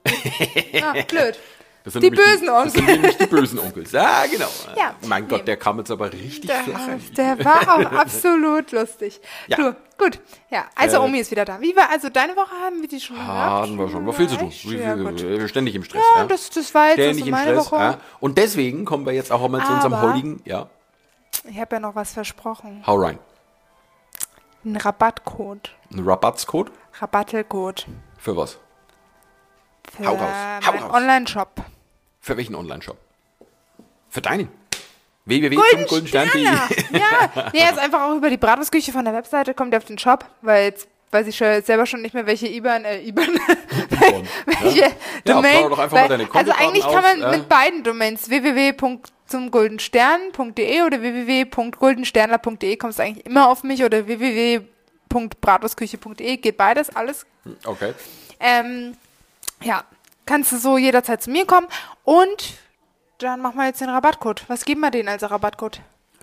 Speaker 2: ah, blöd.
Speaker 3: Das sind
Speaker 2: die
Speaker 3: nämlich
Speaker 2: bösen
Speaker 3: Das sind
Speaker 2: Onkel.
Speaker 3: nämlich die bösen Onkels. Ja, genau.
Speaker 2: Ja.
Speaker 3: mein Gott,
Speaker 2: Nee.
Speaker 3: der kam jetzt aber richtig
Speaker 2: Der,
Speaker 3: flach.
Speaker 2: der war auch absolut lustig.
Speaker 3: Ja.
Speaker 2: Du, gut. Ja, also
Speaker 3: Äh,
Speaker 2: Omi ist wieder da. Wie war, also deine Woche haben wir die schon gemacht?
Speaker 3: Ah, hatten wir schon. War viel zu tun.
Speaker 2: Ja, gut.
Speaker 3: Wir sind ständig im Stress.
Speaker 2: Ja, das, das war jetzt also
Speaker 3: Ständig im
Speaker 2: meine
Speaker 3: Stress.
Speaker 2: Woche.
Speaker 3: Ja. Und deswegen kommen wir jetzt auch einmal zu unserem
Speaker 2: Aber-
Speaker 3: heutigen, ja, äh?
Speaker 2: Ich habe ja noch was versprochen.
Speaker 3: hau rein.
Speaker 2: Ein Rabattcode.
Speaker 3: Ein Rabattscode?
Speaker 2: Rabattelcode.
Speaker 3: Für was?
Speaker 2: Für
Speaker 3: Hau raus, hau
Speaker 2: meinen
Speaker 3: raus.
Speaker 2: Online-Shop.
Speaker 3: Für welchen Online-Shop? Für deinen. www.guldenstern.de
Speaker 2: ja, nee, jetzt einfach auch über die Bratwurstküche von der Webseite kommt ihr auf den Shop, weil jetzt weiß ich schon jetzt selber schon nicht mehr, welche IBAN, äh, IBAN, welche
Speaker 3: Ja,
Speaker 2: Domain.
Speaker 3: bau doch einfach mal
Speaker 2: weil-
Speaker 3: deine
Speaker 2: also
Speaker 3: Kontodaten
Speaker 2: eigentlich kann
Speaker 3: aus,
Speaker 2: man
Speaker 3: äh.
Speaker 2: mit beiden Domains www.zumguldenstern.de oder www.guldensternler.de kommst du eigentlich immer auf mich oder www.bratwurstküche.de geht beides, alles
Speaker 3: Okay.
Speaker 2: ähm, ja, kannst du so jederzeit zu mir kommen. Und dann machen wir jetzt den Rabattcode. Was geben wir denen als Rabattcode?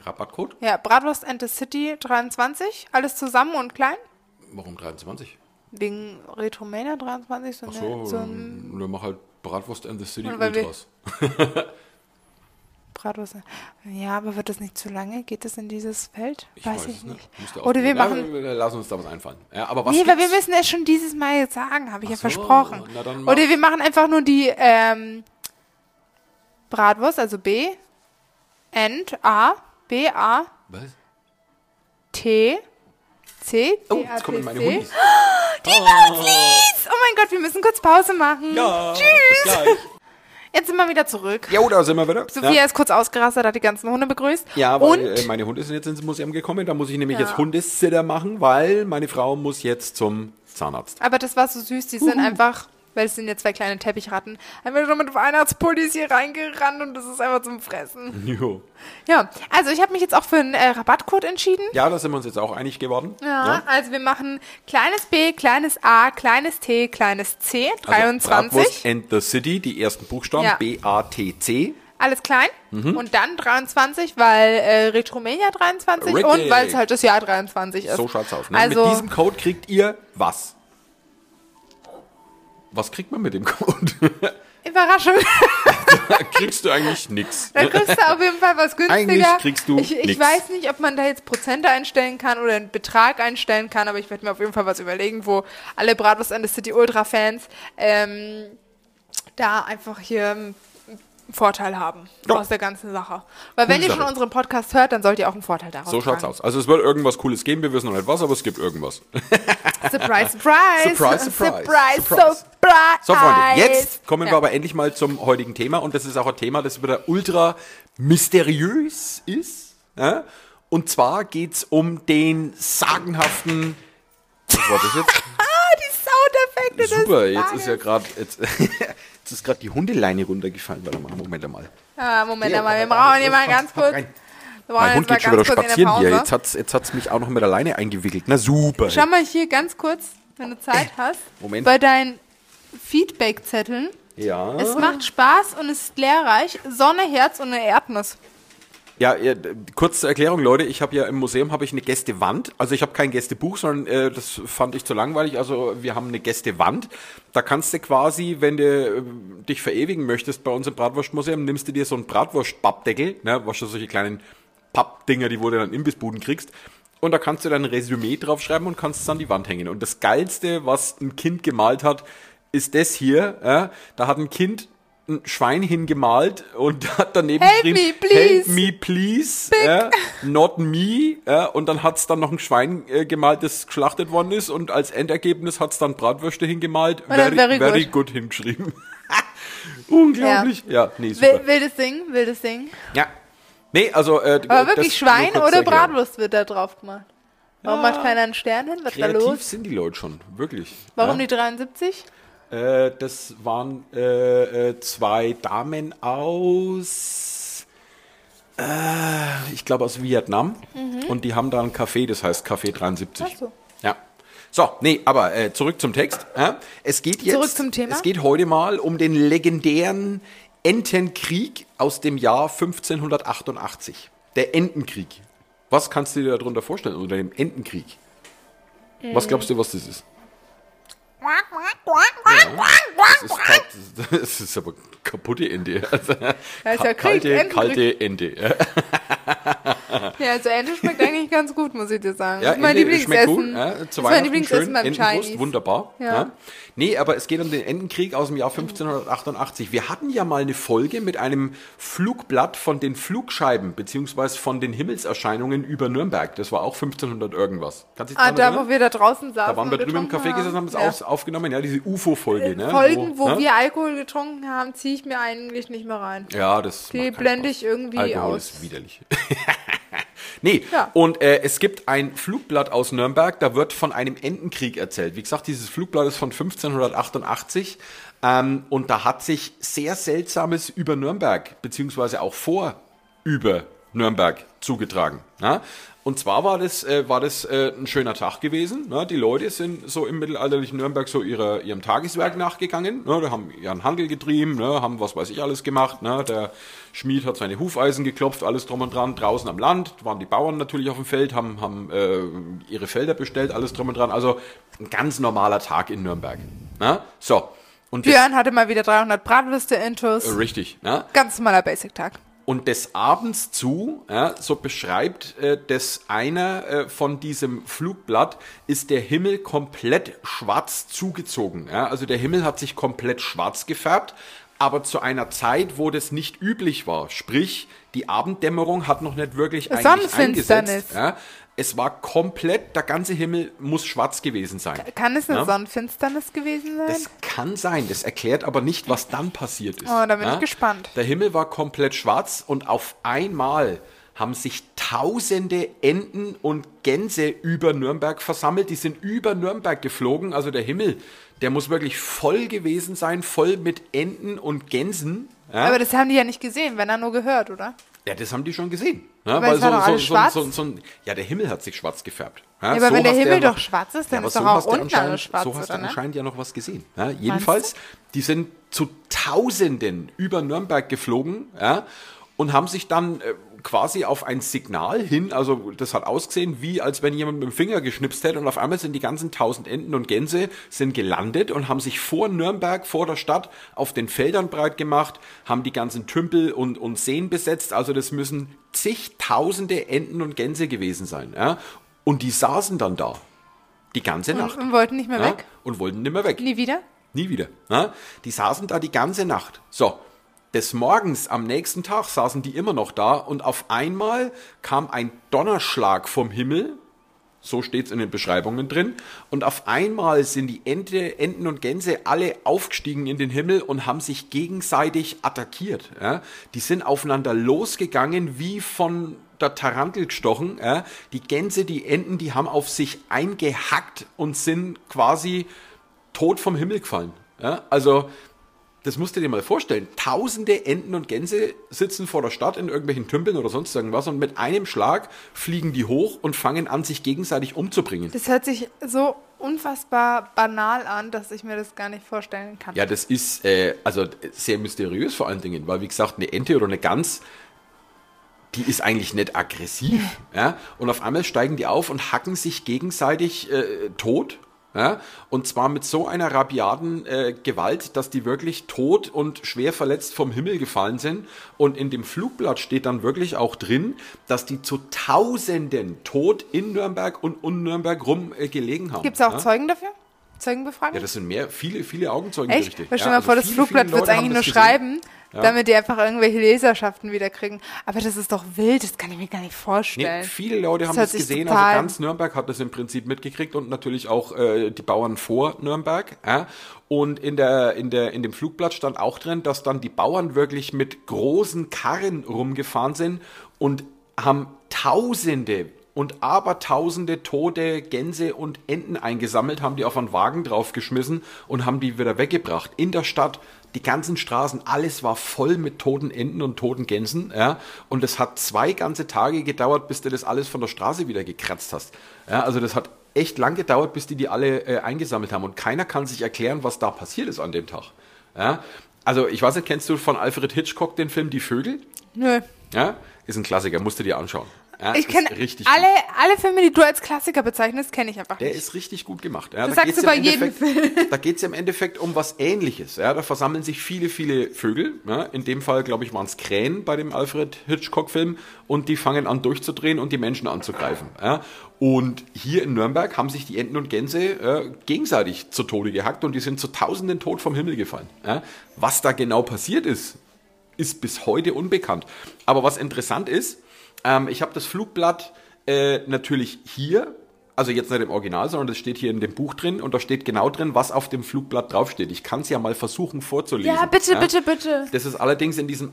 Speaker 3: Rabattcode?
Speaker 2: Ja, Bratwurst and the City 23, alles zusammen und klein.
Speaker 3: Warum 23?
Speaker 2: Wegen Retromania 23, so,
Speaker 3: Ach
Speaker 2: eine,
Speaker 3: so,
Speaker 2: so ein
Speaker 3: dann, dann mach halt Bratwurst and the City
Speaker 2: Oder weil wir-
Speaker 3: Ultras.
Speaker 2: Bratwurst. Ja, aber wird das nicht zu lange? Geht das in dieses Feld?
Speaker 3: Ich weiß, ne? es nicht. Müsste
Speaker 2: Oder wir machen.
Speaker 3: ausprobieren. Ja, wir wir lassen uns da was einfallen. Ja, aber was
Speaker 2: Nee, weil wir
Speaker 3: gibt's?
Speaker 2: müssen es schon dieses Mal jetzt sagen, habe ich ja
Speaker 3: so,
Speaker 2: versprochen.
Speaker 3: na dann mach.
Speaker 2: Oder wir machen einfach nur die ähm, Bratwurst, also B, End, A, B, A,
Speaker 3: Was?
Speaker 2: T, C,
Speaker 3: Oh,
Speaker 2: D, A,
Speaker 3: jetzt
Speaker 2: T,
Speaker 3: kommen meine
Speaker 2: C.
Speaker 3: Hundis.
Speaker 2: Please! Oh mein Gott, wir müssen kurz Pause machen.
Speaker 3: Ja,
Speaker 2: Tschüss!
Speaker 3: bis gleich.
Speaker 2: Jetzt sind wir wieder zurück.
Speaker 3: Jo, da sind wir wieder.
Speaker 2: Sophia
Speaker 3: ja.
Speaker 2: ist kurz ausgerastet, hat die ganzen Hunde begrüßt.
Speaker 3: Ja,
Speaker 2: Und
Speaker 3: weil äh, meine Hunde sind jetzt ins Museum gekommen. Da muss ich nämlich
Speaker 2: Ja.
Speaker 3: jetzt Hundesitter machen, weil meine Frau muss jetzt zum Zahnarzt.
Speaker 2: Aber das war so süß, die sind einfach, weil es sind ja zwei kleine Teppichratten, einfach schon mit Weihnachtspullis hier reingerannt und das ist einfach zum Fressen.
Speaker 3: Jo.
Speaker 2: Ja, also ich habe mich jetzt auch für einen äh, Rabattcode entschieden.
Speaker 3: Ja, da sind wir uns jetzt auch einig geworden.
Speaker 2: Ja, also wir machen kleines B, kleines A, kleines T, kleines C, 23,
Speaker 3: Also Bratwurst and the City, die ersten Buchstaben,
Speaker 2: Ja.
Speaker 3: B-A-T-C.
Speaker 2: alles klein
Speaker 3: Mhm.
Speaker 2: und dann 23, weil äh, Retromania 23 und
Speaker 3: Richtig.
Speaker 2: weil es halt das Jahr 23 ist.
Speaker 3: So schaut's aus. Ne?
Speaker 2: Also
Speaker 3: mit diesem Code kriegt ihr was? Was kriegt man mit dem Code?
Speaker 2: Überraschung.
Speaker 3: Kriegst du eigentlich nix.
Speaker 2: Da kriegst du auf jeden Fall was günstiger.
Speaker 3: Eigentlich kriegst du
Speaker 2: Ich, ich
Speaker 3: nix.
Speaker 2: weiß nicht, ob man da jetzt Prozente einstellen kann oder einen Betrag einstellen kann, aber ich werde mir auf jeden Fall was überlegen, wo alle Bratwurst and the City Ultra Fans ähm, da einfach hier einen Vorteil haben
Speaker 3: Ja.
Speaker 2: aus der ganzen Sache. Weil wenn
Speaker 3: Coole
Speaker 2: ihr schon
Speaker 3: Sache.
Speaker 2: unseren Podcast hört, dann sollt ihr auch einen Vorteil daraus
Speaker 3: So schaut's
Speaker 2: tragen.
Speaker 3: aus. Also es wird irgendwas Cooles geben, wir wissen noch nicht was, aber es gibt irgendwas.
Speaker 2: Surprise, surprise.
Speaker 3: Surprise, surprise,
Speaker 2: Surprise,
Speaker 3: surprise.
Speaker 2: surprise.
Speaker 3: So, Freunde, jetzt kommen wir
Speaker 2: Ja.
Speaker 3: aber endlich mal zum heutigen Thema. Und das ist auch ein Thema, das wieder ultra mysteriös ist. Ja? Und zwar geht's um den sagenhaften. Was war das jetzt?
Speaker 2: Ah, die Soundeffekte. des
Speaker 3: Super, jetzt ist ja
Speaker 2: Tages.
Speaker 3: gerade jetzt, jetzt ist gerade die Hundeleine runtergefallen. Warte mal, Moment mal.
Speaker 2: Ah, Moment mal, wir brauchen hier mal ganz kurz. Wir brauchen
Speaker 3: Mein
Speaker 2: jetzt
Speaker 3: Hund
Speaker 2: mal
Speaker 3: geht schon wieder
Speaker 2: ganz kurz in
Speaker 3: spazieren
Speaker 2: eine
Speaker 3: hier.
Speaker 2: Pause.
Speaker 3: Jetzt hat's, jetzt hat's mich auch noch mit der Leine eingewickelt. Na super.
Speaker 2: Schau mal hier ganz kurz, wenn du Zeit hast.
Speaker 3: Äh, Moment.
Speaker 2: Bei deinen Feedback-Zetteln.
Speaker 3: Ja.
Speaker 2: Es macht Spaß und ist lehrreich. Sonne, Herz und eine Erdnuss.
Speaker 3: Ja, ja, d- kurz zur Erklärung, Leute. Ich habe ja im Museum habe ich eine Gästewand. Also ich habe kein Gästebuch, sondern äh, das fand ich zu langweilig. Also wir haben eine Gästewand. Da kannst du quasi, wenn du äh, dich verewigen möchtest bei uns im Bratwurstmuseum, nimmst du dir so einen Bratwurst-Pappdeckel, ne, was du solche kleinen Pappdinger, die wo du dann in Imbissbuden kriegst. Und da kannst du dein Resümee draufschreiben und kannst es an die Wand hängen. Und das Geilste, was ein Kind gemalt hat, ist das hier. Äh, da hat ein Kind ein Schwein hingemalt und hat daneben
Speaker 2: Help me, please.
Speaker 3: Help me, please. Äh, not me. Äh, und dann hat's dann noch ein Schwein äh, gemalt, das geschlachtet worden ist. Und als Endergebnis hat's dann Bratwürste hingemalt.
Speaker 2: dann very good.
Speaker 3: good hingeschrieben. Unglaublich. Ja, nee, super.
Speaker 2: Wil- Wildes Ding, wildes Ding.
Speaker 3: Ja. Nee, also. Äh,
Speaker 2: Aber wirklich Schwein oder
Speaker 3: Bratwurst?
Speaker 2: Bratwurst wird da drauf gemacht. Warum macht keiner einen Stern hin? Was ist da
Speaker 3: Kreativ
Speaker 2: los?
Speaker 3: sind die Leute schon, wirklich.
Speaker 2: Warum
Speaker 3: ja?
Speaker 2: die 73?
Speaker 3: Äh, das waren äh, äh, zwei Damen aus, äh, ich glaube aus Vietnam. Und die haben da ein Café, das heißt Café 73.
Speaker 2: Mhm. Ach so.
Speaker 3: Ja. So, nee, aber äh, zurück zum Text. Ja? Es geht jetzt.
Speaker 2: Zurück zum Thema.
Speaker 3: Es geht heute mal um den legendären Entenkrieg aus dem Jahr 1588. Der Entenkrieg. Was kannst du dir darunter vorstellen unter dem Entenkrieg?
Speaker 2: Äh.
Speaker 3: Was glaubst du, was das ist? Das ist, kalt, das ist aber kaputte Ente. Also,
Speaker 2: Da ist ja Krieg,
Speaker 3: kalte,
Speaker 2: Entenkrieg.
Speaker 3: kalte Ente. ja.
Speaker 2: Ja, also Ente schmeckt eigentlich ganz gut, muss ich dir sagen.
Speaker 3: Ja,
Speaker 2: das ist mein
Speaker 3: Ende schmeckt
Speaker 2: Lieblingsessen.
Speaker 3: gut, ja,
Speaker 2: das ist
Speaker 3: zu
Speaker 2: mein
Speaker 3: Weihnachten schön,
Speaker 2: Lieblingsessen beim
Speaker 3: Entenbrust,
Speaker 2: Chinese.
Speaker 3: wunderbar. Ja.
Speaker 2: Ja.
Speaker 3: Nee, aber es geht um den Entenkrieg aus dem Jahr 1588. Wir hatten ja mal eine Folge mit einem Flugblatt von den Flugscheiben, beziehungsweise von den Himmelserscheinungen über Nürnberg. Das war auch 1500 irgendwas. Kannst du dich
Speaker 2: Ah,
Speaker 3: daran
Speaker 2: da,
Speaker 3: erinnern?
Speaker 2: wo wir da draußen saßen.
Speaker 3: da waren wir
Speaker 2: und
Speaker 3: drüben im
Speaker 2: getrunken
Speaker 3: Café gesessen und haben das
Speaker 2: Ja.
Speaker 3: aus, aufgenommen. Ja, diese UFO-Folge. Ne?
Speaker 2: Folgen, wo
Speaker 3: ne?
Speaker 2: wir Alkohol getrunken haben, ziehe ich mir eigentlich nicht mehr rein.
Speaker 3: Ja, das
Speaker 2: Die
Speaker 3: macht keinen
Speaker 2: blende
Speaker 3: Spaß.
Speaker 2: ich irgendwie
Speaker 3: Alkohol
Speaker 2: aus.
Speaker 3: ist widerlich. nee,
Speaker 2: Ja.
Speaker 3: und äh, es gibt ein Flugblatt aus Nürnberg, da wird von einem Entenkrieg erzählt. Wie gesagt, dieses Flugblatt ist von 1588 ähm, und da hat sich sehr Seltsames über Nürnberg, beziehungsweise auch vor über Nürnberg zugetragen. ne? Ja? Und zwar war das, äh, war das äh, ein schöner Tag gewesen. Ne? Die Leute sind so im mittelalterlichen Nürnberg so ihrer, ihrem Tageswerk nachgegangen. Ne? Die haben ihren Handel getrieben, ne? haben was weiß ich alles gemacht. Ne? Der Schmied hat seine Hufeisen geklopft, alles drum und dran. Draußen am Land waren die Bauern natürlich auf dem Feld, haben, haben äh, ihre Felder bestellt, alles drum und dran. Also ein ganz normaler Tag in Nürnberg. Ne? So. Und das,
Speaker 2: Björn hatte mal wieder 300 Bratwürste intus.
Speaker 3: richtig. Ne?
Speaker 2: Ganz normaler Basic-Tag.
Speaker 3: Und des Abends zu, ja, so beschreibt äh, das einer äh, von diesem Flugblatt, ist der Himmel komplett schwarz zugezogen. Ja? Also der Himmel hat sich komplett schwarz gefärbt, aber zu einer Zeit, wo das nicht üblich war. Sprich, die Abenddämmerung hat noch nicht wirklich
Speaker 2: Das
Speaker 3: eigentlich
Speaker 2: Sonnenfinsternis.
Speaker 3: eingesetzt. Ja? Es war komplett, der ganze Himmel muss schwarz gewesen sein.
Speaker 2: Kann es eine
Speaker 3: Ja?
Speaker 2: Sonnenfinsternis gewesen sein?
Speaker 3: Das kann sein, das erklärt aber nicht, was dann passiert ist.
Speaker 2: Oh, da bin ich gespannt.
Speaker 3: Der Himmel war komplett schwarz und auf einmal haben sich tausende Enten und Gänse über Nürnberg versammelt. Die sind über Nürnberg geflogen. Also der Himmel, der muss wirklich voll gewesen sein, voll mit Enten und Gänsen. Ja?
Speaker 2: Aber das haben die ja nicht gesehen, wenn er nur gehört, oder?
Speaker 3: Ja, das haben die schon gesehen. Ne?
Speaker 2: Aber es war doch alles schwarz.
Speaker 3: So, so, so, ein- ja, der Himmel hat sich schwarz gefärbt. Ja,
Speaker 2: aber wenn der
Speaker 3: hast du
Speaker 2: Himmel
Speaker 3: ja
Speaker 2: doch schwarz ist, dann
Speaker 3: aber
Speaker 2: ist doch auch
Speaker 3: hast du
Speaker 2: unten
Speaker 3: anscheinend-
Speaker 2: alles schwarz,
Speaker 3: So hast
Speaker 2: oder
Speaker 3: du
Speaker 2: ne?
Speaker 3: anscheinend ja noch was gesehen. Ja, jedenfalls, die sind zu Tausenden über Nürnberg geflogen ja, und haben sich dann äh, quasi auf ein Signal hin, also das hat ausgesehen, wie als wenn jemand mit dem Finger geschnipst hätte und auf einmal sind die ganzen tausend Enten und Gänse sind gelandet und haben sich vor Nürnberg, vor der Stadt, auf den Feldern breit gemacht, haben die ganzen Tümpel und, und Seen besetzt, also das müssen zigtausende Enten und Gänse gewesen sein. Ja. Und die saßen dann da. Die ganze Nacht.
Speaker 2: Und wollten nicht mehr
Speaker 3: Ja,
Speaker 2: weg?
Speaker 3: Und wollten nicht mehr weg.
Speaker 2: Nie wieder?
Speaker 3: Nie wieder. Ja? Die saßen da die ganze Nacht. So, des Morgens am nächsten Tag saßen die immer noch da und auf einmal kam ein Donnerschlag vom Himmel. So steht es in den Beschreibungen drin. Und auf einmal sind die Ente, Enten und Gänse alle aufgestiegen in den Himmel und haben sich gegenseitig attackiert. Ja? Die sind aufeinander losgegangen wie von der Tarantel gestochen. Ja? Die Gänse, die Enten, die haben auf sich eingehackt und sind quasi tot vom Himmel gefallen. Ja? Also, das musst du dir mal vorstellen. Tausende Enten und Gänse sitzen vor der Stadt in irgendwelchen Tümpeln oder sonst irgendwas und mit einem Schlag fliegen die hoch und fangen an, sich gegenseitig umzubringen.
Speaker 2: Das hört sich so unfassbar banal an, dass ich mir das gar nicht vorstellen kann.
Speaker 3: Ja, das ist äh, also sehr mysteriös vor allen Dingen, weil wie gesagt, eine Ente oder eine Gans, die ist eigentlich nicht aggressiv. ja? Und auf einmal steigen die auf und hacken sich gegenseitig äh, tot. Ja? Und zwar mit so einer rabiaten äh, Gewalt, dass die wirklich tot und schwer verletzt vom Himmel gefallen sind. Und in dem Flugblatt steht dann wirklich auch drin, dass die zu Tausenden tot in Nürnberg und um Nürnberg rum äh, gelegen haben.
Speaker 2: Gibt es auch
Speaker 3: ja?
Speaker 2: Zeugen dafür? Zeugenbefragung?
Speaker 3: Ja, das sind mehr, viele, viele Augenzeugenberichte.
Speaker 2: Echt? Weil stell
Speaker 3: ja,
Speaker 2: mal
Speaker 3: also
Speaker 2: vor, das
Speaker 3: viele,
Speaker 2: Flugblatt
Speaker 3: viele
Speaker 2: wird es
Speaker 3: Leute haben
Speaker 2: eigentlich nur
Speaker 3: das
Speaker 2: schreiben,
Speaker 3: gesehen.
Speaker 2: damit die einfach irgendwelche Leserschaften wieder kriegen. Aber das ist doch wild, das kann ich mir gar nicht
Speaker 3: Nee,
Speaker 2: vorstellen.
Speaker 3: viele Leute haben
Speaker 2: hört
Speaker 3: das
Speaker 2: sich
Speaker 3: gesehen, also
Speaker 2: total-
Speaker 3: ganz Nürnberg hat das im Prinzip mitgekriegt und natürlich auch äh, die Bauern vor Nürnberg. Ja? Und in, der, in, der, in dem Flugblatt stand auch drin, dass dann die Bauern wirklich mit großen Karren rumgefahren sind und haben Tausende und Abertausende tote Gänse und Enten eingesammelt, haben die auf einen Wagen draufgeschmissen und haben die wieder weggebracht. In der Stadt, die ganzen Straßen, alles war voll mit toten Enten und toten Gänsen. Ja? Und es hat zwei ganze Tage gedauert, bis du das alles von der Straße wieder gekratzt hast. Ja, also das hat echt lang gedauert, bis die die alle äh, eingesammelt haben. Und keiner kann sich erklären, was da passiert ist an dem Tag. Ja? Also, ich weiß nicht, kennst du von Alfred Hitchcock den Film Die Vögel?
Speaker 2: Nö.
Speaker 3: Ja? Ist ein Klassiker, musst du dir anschauen. Ja,
Speaker 2: Ich
Speaker 3: ist
Speaker 2: kenne
Speaker 3: richtig
Speaker 2: alle,
Speaker 3: gut.
Speaker 2: alle Filme, die du als Klassiker bezeichnest, kenne ich einfach
Speaker 3: Der
Speaker 2: nicht.
Speaker 3: ist richtig gut gemacht. Ja,
Speaker 2: Das
Speaker 3: da
Speaker 2: sagst
Speaker 3: geht's
Speaker 2: du
Speaker 3: im
Speaker 2: bei jedem
Speaker 3: Endeffekt- Da geht es im Endeffekt um was Ähnliches. Ja, da versammeln sich viele, viele Vögel. Ja, in dem Fall, glaube ich, waren es Krähen bei dem Alfred Hitchcock-Film. Und die fangen an durchzudrehen und die Menschen anzugreifen. Ja, und hier in Nürnberg haben sich die Enten und Gänse äh, gegenseitig zu Tode gehackt und die sind zu Tausenden tot vom Himmel gefallen. Ja, was da genau passiert ist, ist bis heute unbekannt. Aber was interessant ist, ähm, ich habe das Flugblatt äh, natürlich hier, also jetzt nicht im Original, sondern das steht hier in dem Buch drin und da steht genau drin, was auf dem Flugblatt draufsteht. Ich kann es ja mal versuchen vorzulesen.
Speaker 2: Ja, bitte, bitte, bitte.
Speaker 3: Das ist allerdings in diesem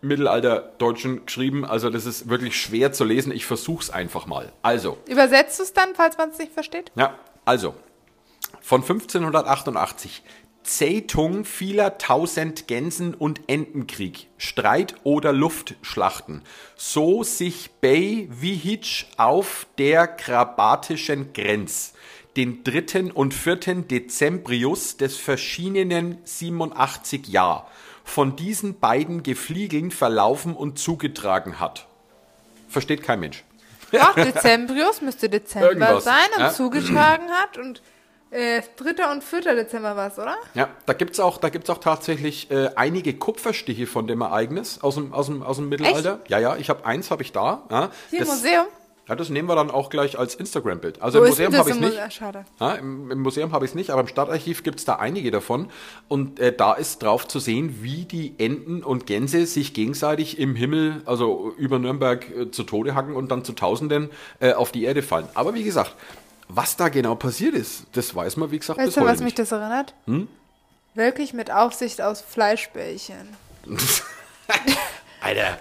Speaker 3: Altmittelalterdeutschen geschrieben, also das ist wirklich schwer zu lesen. Ich versuche es einfach mal. Also,
Speaker 2: Übersetzt du es dann, falls man es nicht versteht?
Speaker 3: ja, also von 1588. Zeitung vieler tausend Gänsen und Entenkrieg, Streit oder Luftschlachten, so sich Bey Wihitsch auf der krabatischen Grenz, den 3. und 4. Dezembrius des verschiedenen 87 Jahr, von diesen beiden Gefliegeln verlaufen und zugetragen hat. Versteht kein Mensch.
Speaker 2: Doch, Dezembrius müsste Dezember
Speaker 3: Irgendwas,
Speaker 2: sein und
Speaker 3: ja.
Speaker 2: zugetragen hat. Und äh, 3. und 4. Dezember war es, oder?
Speaker 3: Ja, da gibt's auch, da gibt's auch tatsächlich äh, einige Kupferstiche von dem Ereignis aus dem, aus dem, aus dem Mittelalter. Ja, ja, ich habe eins, habe ich da. Ja,
Speaker 2: Hier
Speaker 3: das,
Speaker 2: im Museum.
Speaker 3: Ja, das nehmen wir dann auch gleich als Instagram-Bild. Also
Speaker 2: Wo
Speaker 3: im
Speaker 2: ist denn
Speaker 3: Museum habe
Speaker 2: das
Speaker 3: ich
Speaker 2: im
Speaker 3: nicht.
Speaker 2: Muse- Ah, Schade.
Speaker 3: Ja, im, Im Museum habe ich es nicht, aber im Stadtarchiv gibt es da einige davon. Und äh, da ist drauf zu sehen, wie die Enten und Gänse sich gegenseitig im Himmel, also über Nürnberg, äh, zu Tode hacken und dann zu Tausenden äh, auf die Erde fallen. Aber wie gesagt, was da genau passiert ist, das weiß man, wie gesagt,
Speaker 2: Weißt
Speaker 3: bis
Speaker 2: du,
Speaker 3: heute
Speaker 2: was mich
Speaker 3: nicht. Hm?
Speaker 2: das erinnert? Wirklich mit Aufsicht aus Fleischbällchen.
Speaker 3: Alter,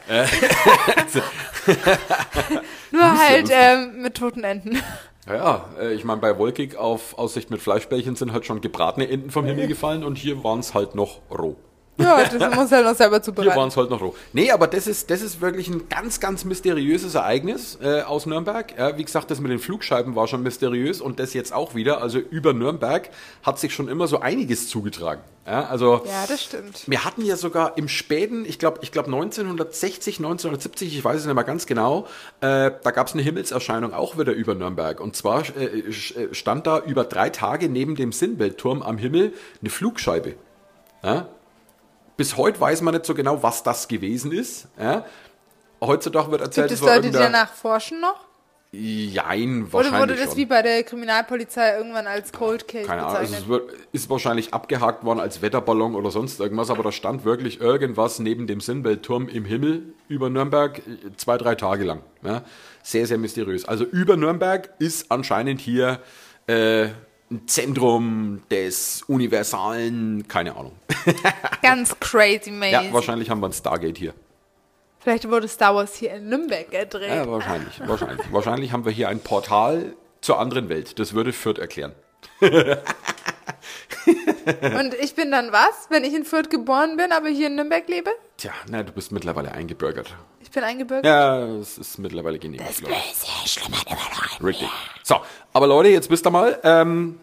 Speaker 2: Nur halt ähm, mit toten Enten.
Speaker 3: Ja, äh, ich meine, bei Wolkig auf Aussicht mit Fleischbällchen sind halt schon gebratene Enten vom Himmel gefallen und hier waren es halt noch roh.
Speaker 2: ja, das muss halt noch selber
Speaker 3: Hier waren
Speaker 2: zubereiten.
Speaker 3: es halt noch roh. Nee, aber das ist, das ist wirklich ein ganz, ganz mysteriöses Ereignis äh, aus Nürnberg. Ja, wie gesagt, das mit den Flugscheiben war schon mysteriös und das jetzt auch wieder. Also über Nürnberg hat sich schon immer so einiges zugetragen. Ja, also
Speaker 2: Ja, das stimmt.
Speaker 3: wir hatten ja sogar im späten, ich glaube ich glaub 1960, 1970, ich weiß es nicht mehr ganz genau, äh, da gab es eine Himmelserscheinung auch wieder über Nürnberg. Und zwar äh, sch- äh, stand da über drei Tage neben dem Sinnbildturm am Himmel eine Flugscheibe. Ja? Bis heute weiß man nicht so genau, was das gewesen ist. Ja? Heutzutage wird erzählt,
Speaker 2: Gibt es
Speaker 3: war
Speaker 2: Leute, die
Speaker 3: irgendein-
Speaker 2: danach forschen noch?
Speaker 3: Jein, wahrscheinlich
Speaker 2: Oder wurde das
Speaker 3: schon.
Speaker 2: wie bei der Kriminalpolizei irgendwann als Cold Case
Speaker 3: Keine Ahnung, also
Speaker 2: bezeichnet?
Speaker 3: es wird, ist wahrscheinlich abgehakt worden als Wetterballon oder sonst irgendwas, aber da stand wirklich irgendwas neben dem Sinnweltturm im Himmel über Nürnberg äh, zwei, drei Tage lang. Ja? Sehr, sehr mysteriös. Also über Nürnberg ist anscheinend hier äh, ein Zentrum des universalen, keine Ahnung.
Speaker 2: Ganz crazy,
Speaker 3: Ja,
Speaker 2: Maze.
Speaker 3: wahrscheinlich haben wir ein Stargate hier.
Speaker 2: Vielleicht wurde Star Wars hier in Nürnberg gedreht.
Speaker 3: Ja, wahrscheinlich, wahrscheinlich. Wahrscheinlich haben wir hier ein Portal zur anderen Welt. Das würde Fürth erklären.
Speaker 2: Und ich bin dann was, wenn ich in Fürth geboren bin, aber hier in Nürnberg lebe?
Speaker 3: Tja, na, du bist mittlerweile eingebürgert.
Speaker 2: Ich bin eingebürgert.
Speaker 3: Ja, es ist mittlerweile genehmigt, glaube ich. Richtig. So, aber Leute, jetzt wisst ihr mal, ähm,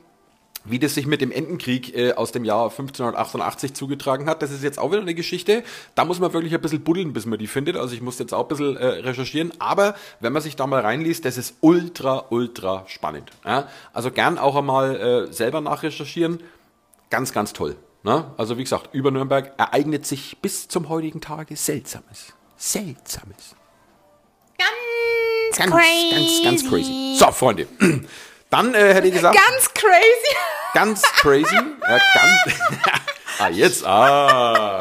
Speaker 3: wie das sich mit dem Entenkrieg äh, aus dem Jahr 1588 zugetragen hat. Das ist jetzt auch wieder eine Geschichte. Da muss man wirklich ein bisschen buddeln, bis man die findet. Also ich muss jetzt auch ein bisschen äh, recherchieren. Aber wenn man sich da mal reinliest, das ist ultra, ultra spannend. Ja? Also gern auch einmal äh, selber nachrecherchieren. Ganz, ganz toll. Ne? Also wie gesagt, über Nürnberg ereignet sich bis zum heutigen Tage Seltsames. Seltsames. Ganz, ganz, ganz crazy. So, Freunde. Dann äh, hätte ich gesagt,
Speaker 2: Ganz crazy.
Speaker 3: ganz, crazy. Ja, ganz, ah, jetzt, ah.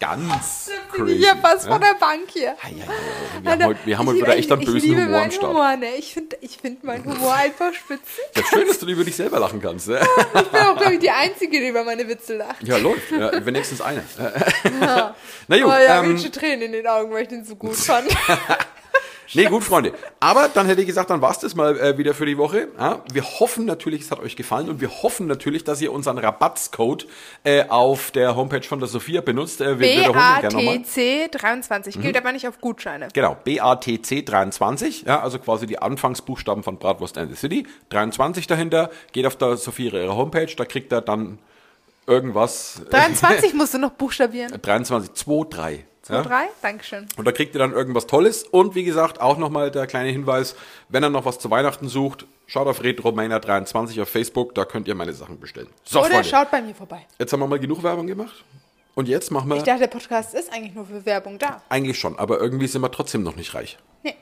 Speaker 3: Ganz crazy.
Speaker 2: Ich hab was
Speaker 3: Ja,
Speaker 2: von der Bank hier.
Speaker 3: ja, ja, ja. Wir haben heute, wir haben heute wieder echt einen
Speaker 2: ich
Speaker 3: bösen
Speaker 2: liebe
Speaker 3: Humor am
Speaker 2: meinen
Speaker 3: Start.
Speaker 2: Humor, ne? Ich finde ich find meinen Humor einfach spitze.
Speaker 3: Ja, schön, dass du über dich selber lachen kannst. ne?
Speaker 2: Ich bin auch, glaube ich, die Einzige, die über meine Witze lacht.
Speaker 3: Ja, läuft. Ja, wenigstens eine. Na gut,
Speaker 2: oh ja,
Speaker 3: ähm,
Speaker 2: welche Tränen in den Augen, weil ich den so gut fand.
Speaker 3: Nee, gut, Freunde. Aber dann hätte ich gesagt, dann war's das mal äh, wieder für die Woche. Ja, wir hoffen natürlich, es hat euch gefallen und wir hoffen natürlich, dass ihr unseren Rabattscode äh, auf der Homepage von der Sophia benutzt. Äh, wir wiederholen ihn gerne nochmal. Mhm.
Speaker 2: BATC 23 gilt aber nicht auf Gutscheine.
Speaker 3: Genau, BATC 23, ja, also quasi die Anfangsbuchstaben von Bratwurst and the City. 23 dahinter, geht auf der Sophia ihre Homepage, da kriegt er dann irgendwas. äh,
Speaker 2: 23 musst du noch buchstabieren.
Speaker 3: 23, 2, 3.
Speaker 2: Ja? Drei? Dankeschön.
Speaker 3: Und da kriegt ihr dann irgendwas Tolles. Und wie gesagt, auch nochmal der kleine Hinweis, wenn ihr noch was zu Weihnachten sucht, schaut auf RetroMania23 auf Facebook, da könnt ihr meine Sachen bestellen. So,
Speaker 2: Oder
Speaker 3: Freunde,
Speaker 2: schaut bei mir vorbei.
Speaker 3: jetzt haben wir mal genug Werbung gemacht. Und jetzt machen
Speaker 2: Ich
Speaker 3: wir
Speaker 2: dachte, der Podcast ist eigentlich nur für Werbung da.
Speaker 3: eigentlich schon, aber irgendwie sind wir trotzdem noch nicht reich.
Speaker 2: Nee.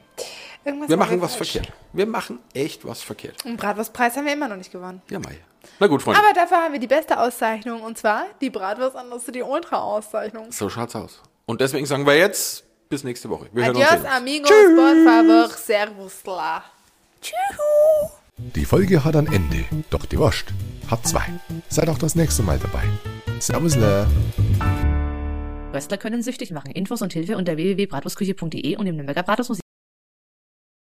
Speaker 2: Irgendwas
Speaker 3: Wir
Speaker 2: machen
Speaker 3: machen was
Speaker 2: falsch.
Speaker 3: verkehrt. Wir machen echt was verkehrt.
Speaker 2: Und Bratwurstpreis haben wir immer noch nicht gewonnen.
Speaker 3: Ja, Mai. Na gut, Freunde,
Speaker 2: Aber dafür haben wir die beste Auszeichnung und zwar die Bratwurst anders die Ultra-Auszeichnung.
Speaker 3: so schaut's aus. Und deswegen sagen wir jetzt bis nächste Woche. Wir hören uns.
Speaker 2: Adios,
Speaker 3: sehen uns.
Speaker 2: amigos, por favor, servusla. Tschüss.
Speaker 1: Die Folge hat ein Ende, doch die Wurst hat zwei. Seid auch das nächste Mal dabei. Servus, Love.
Speaker 4: Wrestler können süchtig machen. Infos und Hilfe unter www.bratwurstküche.de und im Nürnberger Bratwurstmuseum.